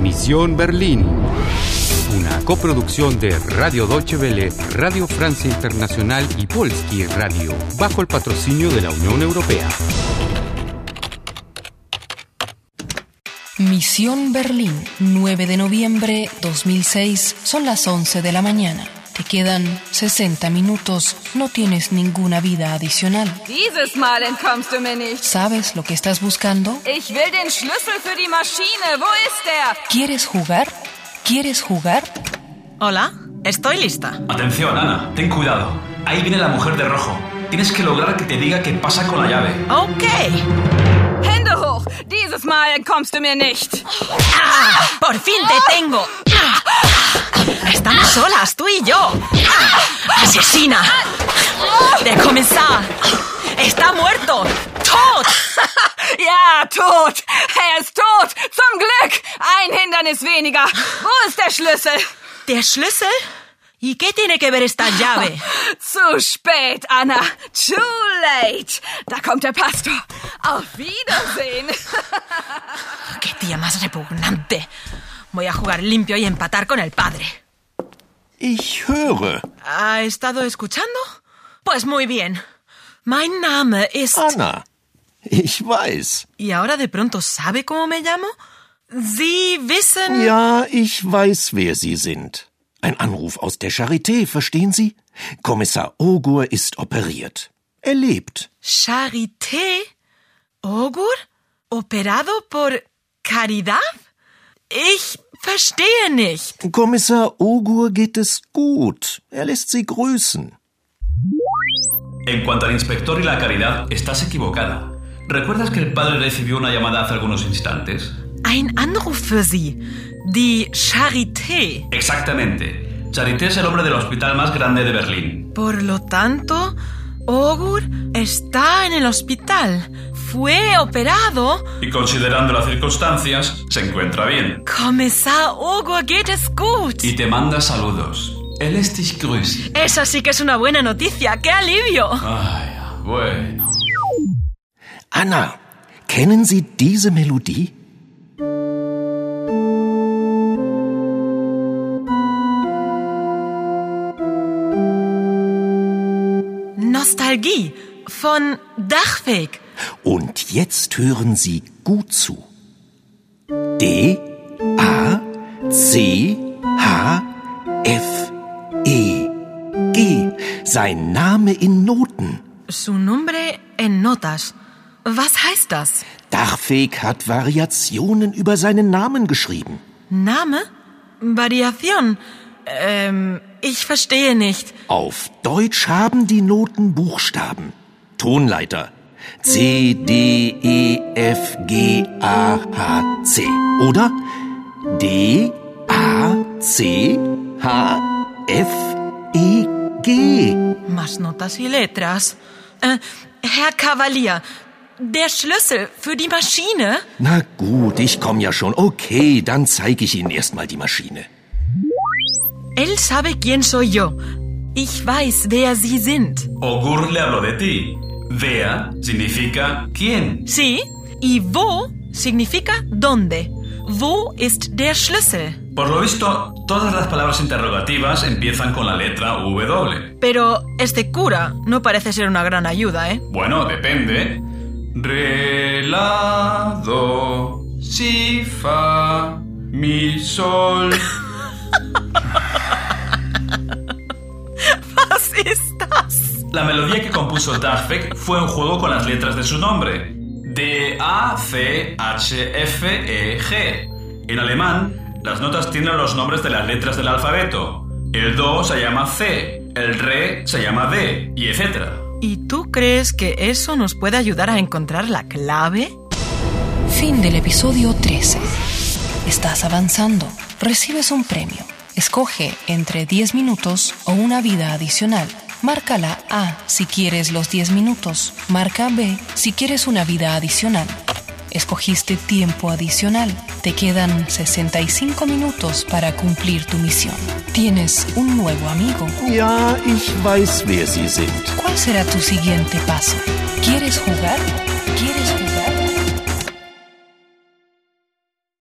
Misión Berlín. Una coproducción de Radio Deutsche Welle, Radio Francia Internacional y Polski Radio, bajo el patrocinio de la Unión Europea. Misión Berlín, 9 de noviembre 2006, son las 11 de la mañana. Te quedan 60 minutos, no tienes ninguna vida adicional. Dieses Mal entkommst du mir nicht. ¿Sabes lo que estás buscando? Ich will den Schlüssel für die Maschine. Wo ist der? ¿Quieres jugar? ¿Quieres jugar? Hola, estoy lista. Atención, Ana, ten cuidado. Ahí viene la mujer de rojo. Tienes que lograr que te diga qué pasa con la llave. Ok. Hände hoch. Dieses Mal entkommst du mir nicht. ¡Ah! ¡Por fin te tengo! ¡Ah! Estamos solas, tú y yo. ¡Ah! ¡Asesina! ¡De comenzar! ¡Está muerto! ¡Tot! Ja, tot. Er ist tot. Zum Glück. Ein Hindernis weniger. Wo ist der Schlüssel? ¿Te Schlüssel? ¿Y qué tiene que ver esta llave? Zu spät, Anna. Too late. Da kommt der Pastor. Auf Wiedersehen. ¡Qué tía más repugnante! Voy a jugar limpio y empatar con el padre. Ich höre. ¿Ha estado escuchando? Pues muy bien. Mein Name ist... Anna. Ich weiß. ¿Y ahora de pronto sabe cómo me llamo? Sie wissen... Ja, ich weiß, wer Sie sind. Ein Anruf aus der Charité, verstehen Sie? Kommissar Ogur ist operiert. Er lebt. Charité Ogur operado por caridad? Ich verstehe nicht. Kommissar Ogur geht es gut. Er lässt Sie grüßen. En cuanto al inspector y la caridad, estás equivocada. ¿Recuerdas que el padre recibió una llamada hace algunos instantes? Ein Anruf für Sie. Die Charité. Exactamente. Charité es el hombre del hospital más grande de Berlín. Por lo tanto, Ogur está en el hospital. Fue operado. Y considerando las circunstancias, se encuentra bien. Kommissar Ogur geht es gut. Y te manda saludos. Él es dich grüßt. Esa sí que es una buena noticia. ¡Qué alivio! Ay, bueno. Anna, kennen Sie diese Melodie? Nostalgie von Dachweg. Und jetzt hören Sie gut zu. D A C H F E G. Sein Name in Noten. Su nombre en notas. Was heißt das? Dachfeg hat Variationen über seinen Namen geschrieben. Name? Variación. Ähm, ich verstehe nicht. Auf Deutsch haben die Noten Buchstaben. Tonleiter. C, D, E, F, G, A, H, C. Oder? D, A, C, H, F, E, G. Más notas y letras. Äh, Herr Kavalier, der Schlüssel für die Maschine? Na gut, ich komm ja schon. Okay, dann zeige ich Ihnen erstmal die Maschine. Él sabe quién soy yo. Ich weiß, wer Sie sind. Ogur le habló de ti. Vea significa quién. Sí. Y wo significa dónde. Wo ist der Schlüssel? Por lo visto, todas las palabras interrogativas empiezan con la letra W. Pero este cura no parece ser una gran ayuda, ¿eh? Bueno, depende. Relado, si, fa, mi, sol. Was ist das? La melodía que compuso Dafek fue un juego con las letras de su nombre. D, A, C, H, F, E, G. En alemán, las notas tienen los nombres de las letras del alfabeto. El Do se llama C, el Re se llama D, y etc. ¿Y tú crees que eso nos puede ayudar a encontrar la clave? Fin del episodio 13. Estás avanzando. Recibes un premio. Escoge entre 10 minutos o una vida adicional. Marca la A si quieres los 10 minutos. Marca B si quieres una vida adicional. Escogiste tiempo adicional. Te quedan 65 minutos para cumplir tu misión. Tienes un nuevo amigo. Ja, ich weiß, wer Sie sind. ¿Cuál será tu siguiente paso? ¿Quieres jugar? ¿Quieres jugar?